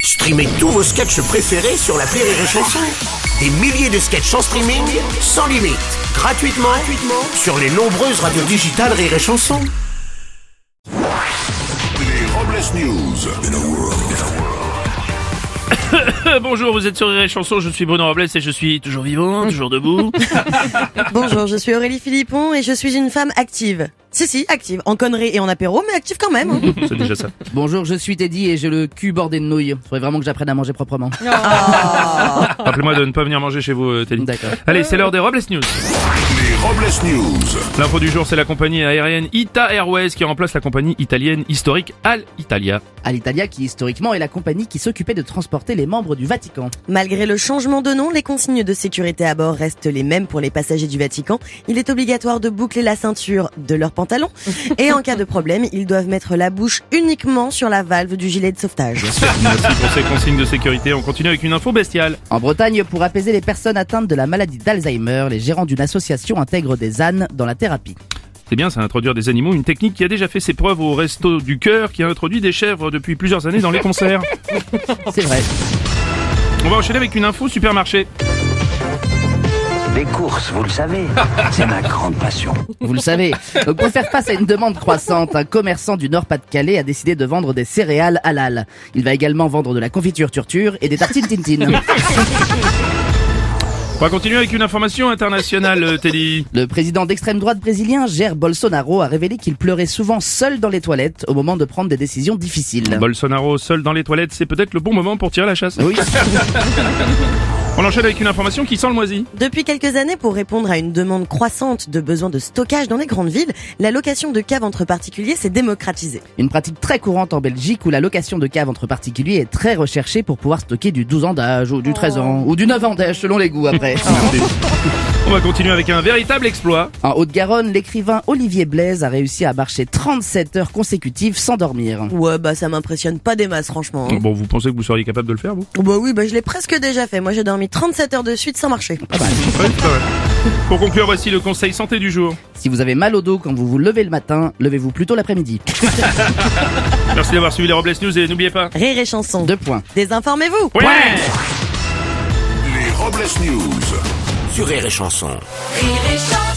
Streamez tous vos sketchs préférés sur la Rire et Chanson. Des milliers de sketchs en streaming, sans limite, gratuitement, gratuitement sur les nombreuses radios digitales Rire et Chanson. Les Robles News. In a world. Bonjour, vous êtes sur Rire et Chanson, je suis Bruno Robles et je suis toujours vivant, toujours debout. Bonjour, je suis Aurélie Philippon et je suis une femme active. Si, si, active. En conneries et en apéro, mais active quand même. hein. C'est déjà ça. Bonjour, je suis Teddy et j'ai le cul bordé de nouilles. Faudrait vraiment que j'apprenne à manger proprement. Rappelez-moi de ne pas venir manger chez vous, euh, Teddy. D'accord. Allez, c'est l'heure des Robles News. Les Robles News. L'info du jour, c'est la compagnie aérienne Ita Airways qui remplace la compagnie italienne historique Al Italia. À l'Italia, qui historiquement est la compagnie qui s'occupait de transporter les membres du Vatican. Malgré le changement de nom, les consignes de sécurité à bord restent les mêmes pour les passagers du Vatican. Il est obligatoire de boucler la ceinture de leur pantalon. Et en cas de problème, ils doivent mettre la bouche uniquement sur la valve du gilet de sauvetage. Merci pour ces consignes de sécurité. On continue avec une info bestiale. En Bretagne, pour apaiser les personnes atteintes de la maladie d'Alzheimer, les gérants d'une association intègrent des ânes dans la thérapie. C'est Eh bien, ça introduire des animaux, une technique qui a déjà fait ses preuves au resto du cœur qui a introduit des chèvres depuis plusieurs années dans les concerts. C'est vrai. On va enchaîner avec une info supermarché. Les courses, vous le savez, c'est ma grande passion. Vous le savez. Donc pour faire face à une demande croissante, un commerçant du Nord-Pas-de-Calais a décidé de vendre des céréales halal. Il va également vendre de la confiture turture et des tartines tintines. On va continuer avec une information internationale, euh, Teddy. Le président d'extrême droite brésilien, Jair Bolsonaro, a révélé qu'il pleurait souvent seul dans les toilettes au moment de prendre des décisions difficiles. Bolsonaro seul dans les toilettes, c'est peut-être le bon moment pour tirer la chasse. Oui. On enchaîne avec une information qui sent le moisi. Depuis quelques années, pour répondre à une demande croissante de besoins de stockage dans les grandes villes, la location de caves entre particuliers s'est démocratisée. Une pratique très courante en Belgique où la location de caves entre particuliers est très recherchée pour pouvoir stocker du 12 ans d'âge ou du 13 ans ou du 9 ans d'âge selon les goûts après. On va continuer avec un véritable exploit. en Haute-Garonne, l'écrivain Olivier Blaise a réussi à marcher 37 heures consécutives sans dormir. Ouais, bah ça m'impressionne pas des masses, franchement. hein. Bon, vous pensez que vous seriez capable de le faire, vous Bah oui, bah je l'ai presque déjà fait. Moi, j'ai dormi 37 heures de suite sans marcher. Ouais, c'est pas mal. Pour conclure, voici le conseil santé du jour. Si vous avez mal au dos quand vous vous levez le matin, levez-vous plutôt l'après-midi. Merci d'avoir suivi les Robles News et n'oubliez pas. Rire et chanson. Deux points. Désinformez-vous. Ouais Les Robles News. Sur Rire et Chanson. Rire et chanson.